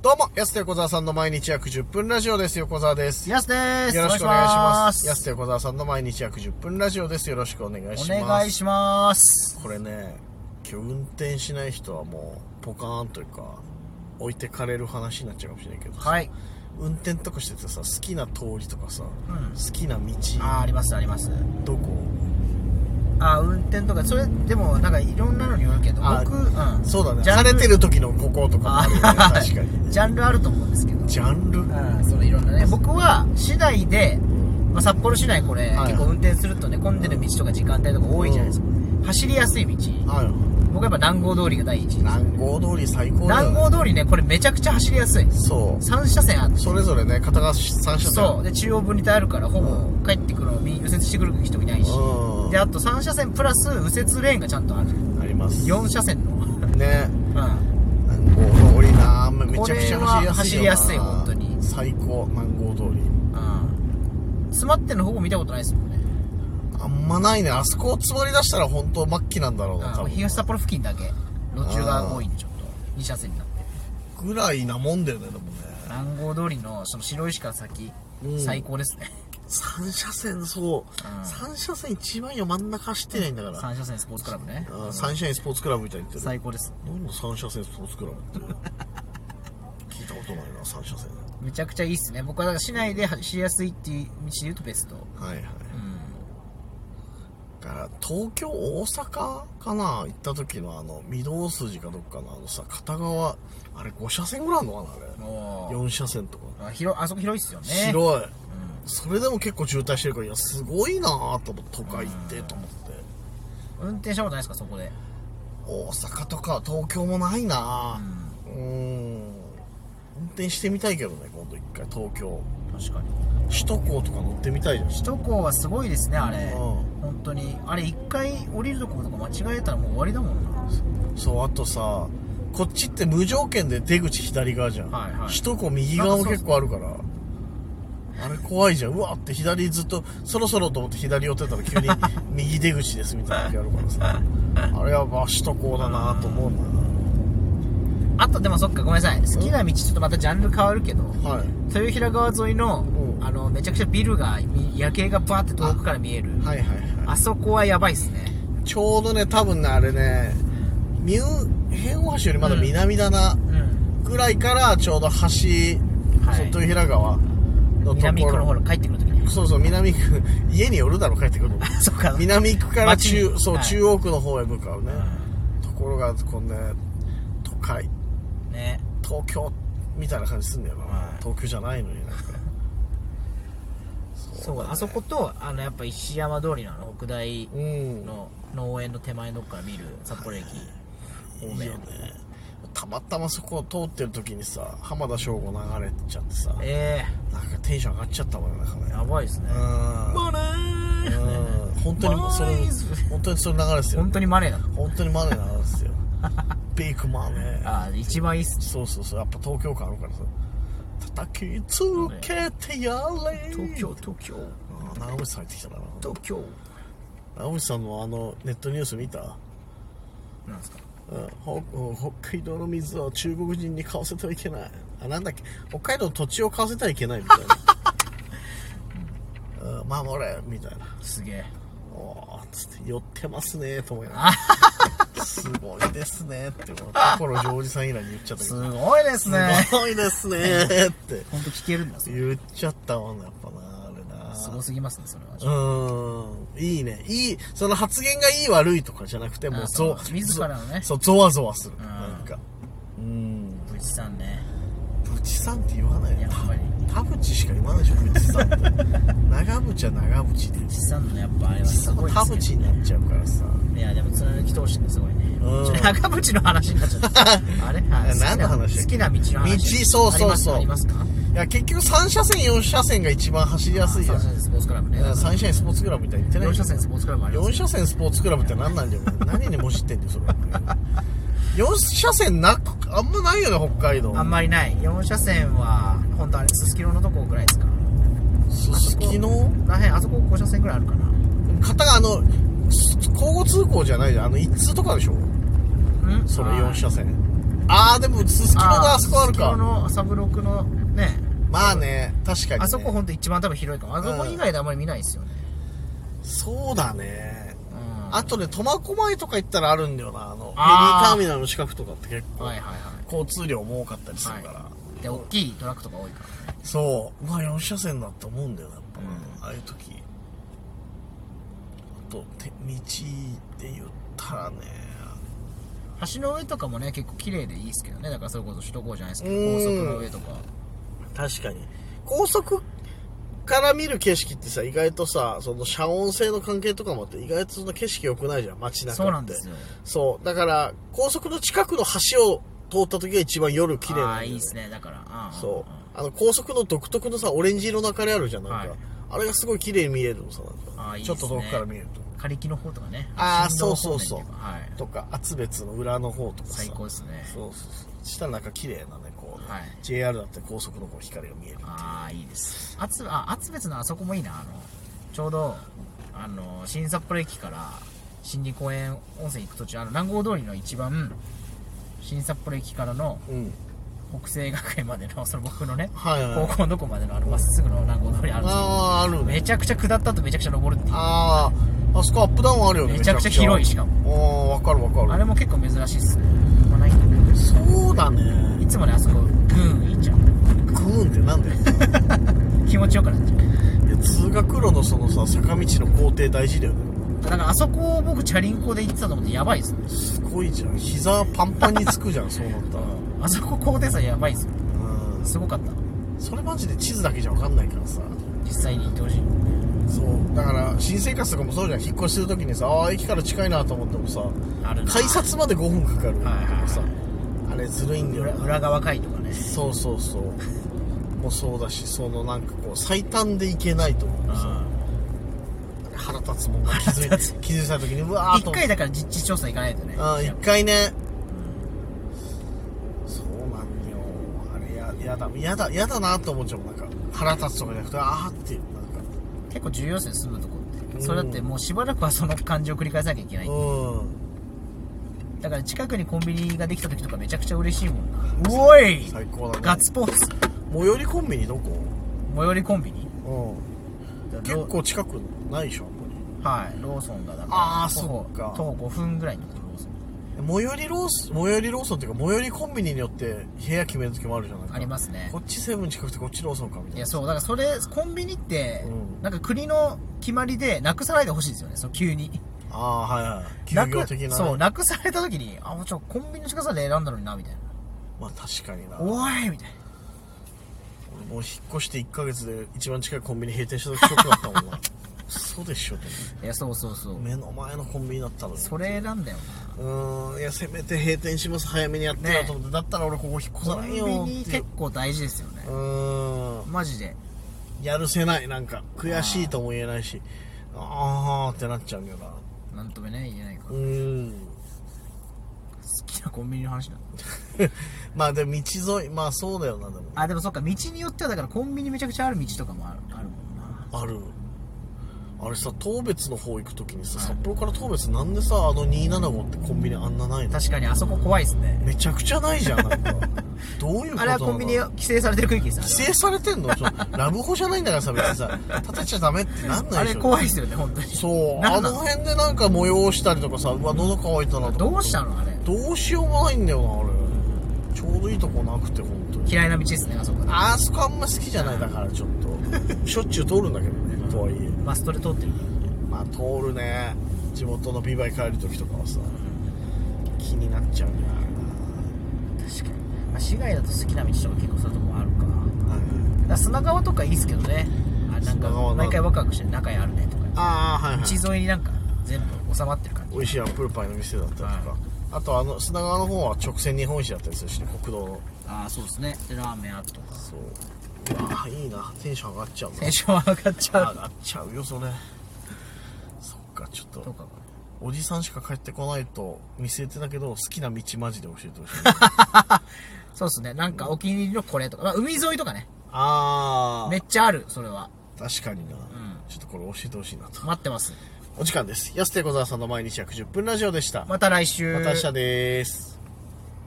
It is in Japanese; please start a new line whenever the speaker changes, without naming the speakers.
どうも、安手小沢さんの毎日約10分ラジオです。横澤です。よ
やすです。
ろしくお願いします。
お願い
安手小沢さんの毎日約10分ラジオです。よろしくお願いします。
お願いします。
これね、今日運転しない人はもう、ポカーンというか、置いてかれる話になっちゃうかもしれないけどさ、
はい。
運転とかしててさ、好きな通りとかさ、
ん
好きな道、
あー、ありますあります。
どこ
あー、運転とか、それ、でも、なんかいろんなのによるけど、
あ
僕、うん。
そうだね。
ジャン
晴
ル
れてる時のこことかもあるよね。
あ
確かに。
ジャンルあると思うんですけど。
ジャンル
うん、そのいろんなね。僕は、市内で、まあ、札幌市内これ、
はい
結構運転するとね、混んでる道とか時間帯とか多いじゃないですか。走りやすい道。
ある
僕はやっぱ南郷通りが第一。
南郷通り最高だよ
南
ね
郷通りね、これめちゃくちゃ走りやすい。
そう。
3車線あって。
それぞれね、片側三車線。
そう。で、中央分離帯あるから、ほぼ帰ってくるのを右右折してくる人いないし。
うん。
であと3車線プラス右折レーンがちゃんとある
あります。
4車線の、うん、
ね。南郷通りなめちゃくちゃ走りやすいよな。
これは走りやすい本当に
最高、南郷通り。
うん詰まってんのほぼ見たことないですもんね、
あんまないね。あそこを詰まり出したら本当末期なんだろうな、多
うん、
分。
東札幌付近だけ路中が多いんでちょっと2車線になって
ぐらいなもんだよね、でもね。
南郷通りのその白石から先、
うん
最高ですね
三車線、そうう。
ん
三車線一番よ、真ん中走ってないんだから。
3車線スポーツクラブね
あーサンシャインスポーツクラブみたいに言ってる。
最高です
何の三車線スポーツクラブって。聞いたことないな、三車線。
めちゃくちゃいいっすね僕はだから市内で走りやすいっていう道で言うとベスト
はいはい。
うん
だから、東京、大阪かな行った時のあの、御堂筋かどっかのあのさ、片側、あれ5車線ぐらいあるのかなあれ。
もう
4車線とか。
あ広あそこ広いっすよね
広い。それでも結構渋滞してるから、いや、すごいなぁと思って、都会ってと思って。
運転したことないですかそこで
大阪とか東京もないなぁ。うーん。運転してみたいけどね、今度一回、東京。
確かに
首都高とか乗ってみたいじゃん。
首都高はすごいですねあれ
うん
本当にあれ一回降りるとことか間違えたらもう終わりだもんな
そう、あとさ、こっちって無条件で出口左側じゃん。
はいはい
首都高右側も結構あるから。あれ怖いじゃん。うわって左ずっと、そろそろと思って左寄ってたら急に 右出口ですみたいな時あるからさ。あれはまあ首都高だなと思う
あとでもそっかごめんなさい好きな道ちょっとまたジャンル変わるけど
な。はい。
豊平川沿いの
うん
あのめちゃくちゃビルがみ夜景がバーって遠くから見える
はいはいは
あそこはやばいっすね
い。ちょうどね、多分ね、あれね、ミュー、変大橋よりまだ南だな、
うん
ぐらいからちょうど橋、
はい
そう豊平川のところ。
南区のほら帰ってくるときに
そうそう、南区、家に寄るだろ、帰ってくるの。
そっか
南区から
街に
中、そう、
はい
中央区の方へ向かうね。ところが、こんね、都会、
ね
東京みたいな感じすんだよな。
はい
東京じゃないのになんか。
そうあそことあのやっぱ石山通りのあの北大
うん。
の農園の手前のとこから見る札幌駅方
いい
面
よね。たまたまそこを通ってる時にさ、浜田省吾流れちゃってさ、
え
なんかテンション上がっちゃったもんね、なんかね
え。やばいっすね
うん。
マネー
うん。本当に、それ
マイズ、
本当にその流れですよ
本。当にマネーだ
本当にマネーなんですよ。ビッグマネー。
あ一番いいっす
そうそうそう、やっぱ東京感あるからさ。叩きつけてやれ。
東京。東京
あー長渕さん入ってきたな。
東京
長渕さんのあの、ネットニュース見た
なんですか
うん、ほほ北海道の水を中国人に買わせてはいけない。あ、なんだっけ、北海道の土地を買わせてはいけないみたい な。うん、守れみたいな。
すげえ
おーつって、寄ってますねと思いなが
あ
ら。すごいですねって、心ジョージさん以来に言っちゃったけ
す
ど。
ごいですね
すごいですねって。
本当聞けるんだそれ
言っちゃったもんなやっぱなあれな
すごすぎますねそれは
うーんいいねいいその発言がいい悪いとかじゃなくてもう
あ
ゾ
そう自らのね
そうゾワゾワする
ん
なんかうん
ブチさんね
ブチさんって言わない
や
よ
っぱり
田淵しか言わないでしょブチ さんって長渕は長渕で
ブチさんのやっぱあれはすごい
田
です
淵
け
に
ど
なっちゃうからさ
いやでも貫き通しててすごいね
うん
長渕の話になっちゃった あれはい
何の話だっけ
好きな道の話
道そうそうそう
ありますかあり
いや結局3車線4車線が一番走りやす
ます
いじ
か
ゃん
3車線スポーツクラ
3車線スポーツクラブみ
ブね
たいに言ってない
4車線スポーツクラブあります
4車線スポーツクラブって何なんだよ何にも知ってんだよそれ4車線なくあんまないよね北海道
あんまりない4車線は本当あれすすきののとこぐらいですか
すすきの
ら辺あそこ5車線ぐらいあるかな
片があのす交互通行じゃないじゃんあの一通とかでしょ
うん
それ4車線ああでもすすきののあそこある
すすきの
か
の朝ブロックのね
まあね確かに、ね、
あそこほんと一番多分広いからあそこ以外であんまり見ないですよね、
そうだね
うん、
あとね苫小牧とか行ったらあるんだよなあのフェリータ
あー
ーミナルの近くとかって結構、
はいはいは
交通量も多かったりするから、
いで大きいトラックとか多いから
そううわ4車線だと思うんだよなやっぱ、
う
ああいう時あとて道で言ったらね
橋の上とかもね結構綺麗でいいですけどねだからそれこそ首都高じゃないですけど
うん
高速の上とか
確かに高速から見る景色ってさ意外とさその遮音性の関係とかもあって意外とそんな景色良くないじゃん街中って
そうなんですよ
そうだから高速の近くの橋を通った時が一番夜綺麗
あ
なんだ
あ
よ
いいですねだから
そうあの高速の独特のさオレンジ色の明かりあるじゃんなんか、
はい
あれがすごい綺麗に見えるのさなんか
あーいい
ち
で
ょ
す
っと
ね
遠くから見えると
うん、枯れ木の方とかね
あー
新道
そうそうそう
方面とかはい
とか厚別の裏の方とかさ
最高ですね
そうそうそうしたらなんか綺麗なねこうね、
はい
JR だって高速のこう光が見える
ああいいですあつあ厚別のあそこもいいなあのちょうどあの新札幌駅から新里公園温泉行く途中あの南郷通りの一番新札幌駅からの
うん
北西学園までのその僕のね
はいはい、は
高
い、
校のどこまでのあのまっすぐの南郷通りあるんです
ああある
けど
ね
めちゃくちゃ下ったとめちゃくちゃ登るっていう
あああそこアップダウンあるよね
めちゃくちゃ広いしかも
もああ分かる分か
あ
る
れも結構珍しいっすねまあないんだけ
そうだね
どいつもねあそこグーン行っちゃ
グーンってなんだよ
う気持ちよくなっちゃう
いや通学路のそのさ坂道の工程大事だよね
だからあそこを僕チャリンコで行ってたと思ってやばいっすね
すごいじゃん膝パンパンにつくじゃんそうなったら
あそこ高低差やばいっすよ
うん
すごかった
それマジで地図だけじゃ分かんないからさ
実際に行ってほしい
そうだから新生活とかもそうじゃん引っ越してる時にさああ駅から近いなと思ってもさ
あるな
改札まで5分かかると
はいはい
かさあれずるいんだよ
裏
な
裏側会とかね
そうそうそうもうそうだしそのなんかこう最短でいけないと思うとさ腹立つもんが気づい
腹立つ
気づいた時にうわーっと
一回だから実地調査行かないとね
あ一回ねそうなんだよあれややだやだやだなと思っちゃうもんなんか腹立つとかじゃなくてああっていうなんか
結構重要っすよ住むとこっ
う
て
ん
それだってもうしばらくはその感じを繰り返さなきゃいけない
うん
だから近くにコンビニができた時とかめちゃくちゃ嬉しいもんなうおい
最高だ
ガ
ね
ッツポーズ
最寄りコンビニどこ
最寄りコンビニ
うん結
ロ
構近くないでしょあんまり
はいローソンがだから
あー
徒歩
そっか
徒歩5分ぐらいのとこローソン
最寄りロース最寄りローソンっていうか最寄りコンビニによって部屋決める時もあるじゃないか
ありますね
こっちセブン近くてこっちローソンかみたいない
やそうだからそれコンビニって、
うん
なんか国の決まりでなくさないでほしいですよねそう急に
ああはいはい休
な
業
く
的な、ね、
そうなくされた時にあもうちょコンビニの近さで選んだのになみたいな
まあ確かにな俺も
おいみたい
う
な
引っ越して1ヶ月で一番近いコンビニ閉店した時ショックだったもんな嘘でしょと
いやそうそうそう
思って目の前のコンビニだったのに
それ選んだよ
うーんいやせめて閉店します早めにやってなと思って、だったら俺ここ引っ越
な
さ
コ
な
ン
い
ビ
よ
ニ
ってい
結
う
構大事ですよね
うーん
マジで
やるせないなんか悔しいとも言えないしああーってなっちゃうんだよな
なんともね言えないから
う
好
ーん
きなコンビニの話なの
まあでも道沿いまあそうだよなでも
あでもそっか道によってはだからコンビニめちゃくちゃある道とかもあるあるもんな
あるあれさ当別の方行く時にさ
はい
札幌から当別なんでさあの275ってコンビニあんなないの
確かにあそこ怖いですね
めちゃくちゃないじゃんなん かどういうことなの
あれはコンビニ規制されてる区域です
規
あ
制されてんのちょラブホじゃないんだからさ別にさ立てちゃダメってなん
れ
な
あ
いで
れ
しょ
怖いですよね本当に
そう
な
あ
んな
の
の
辺でなんか催したりとかさうわ喉乾いたなとか
どうしたのあれ
どうしようもないんだよなあれちょうどいいとこなくて本当に
嫌いな道ですねあそこ
あそこあんま好きじゃないだからちょっとしょっちゅう通るんだけどねとはいえ
バストで通ってる
まあ通るね地元のビバイ帰る時とかはさ気になっちゃうね
確かに、まあ、市外だと好きな道とか結構そういうとこもあるか
あれなはい
だから砂川とかいいっすけどねあなん
砂
か
川な
毎回ワクワクして仲あるねとか
ああはいはい
道沿いになんか全部収まってる感じ
美味しいアップルパイの店だったりとか、
は
あとあの砂川の方は直線日本一だったりするしね国道の
ああそうですねでラーメンあるとか
そううわーいいなテンション上がっちゃうな
テンション上がっちゃ
上
う
がっちゃうよそれそっかちょっ
と
と
かが
おじさんしか帰ってこないと見据えてたけど好きな道マジで教えてほしい
そうっすねなんかお気に入りのこれとか、まあ、海沿いとかね
あ
めっちゃあるそれは
あ確かにな、ちょっとこれ教えてほしいなと
待ってます
お時間です安手小沢さんの毎日約10分ラジオでしたま
また来週
た明日です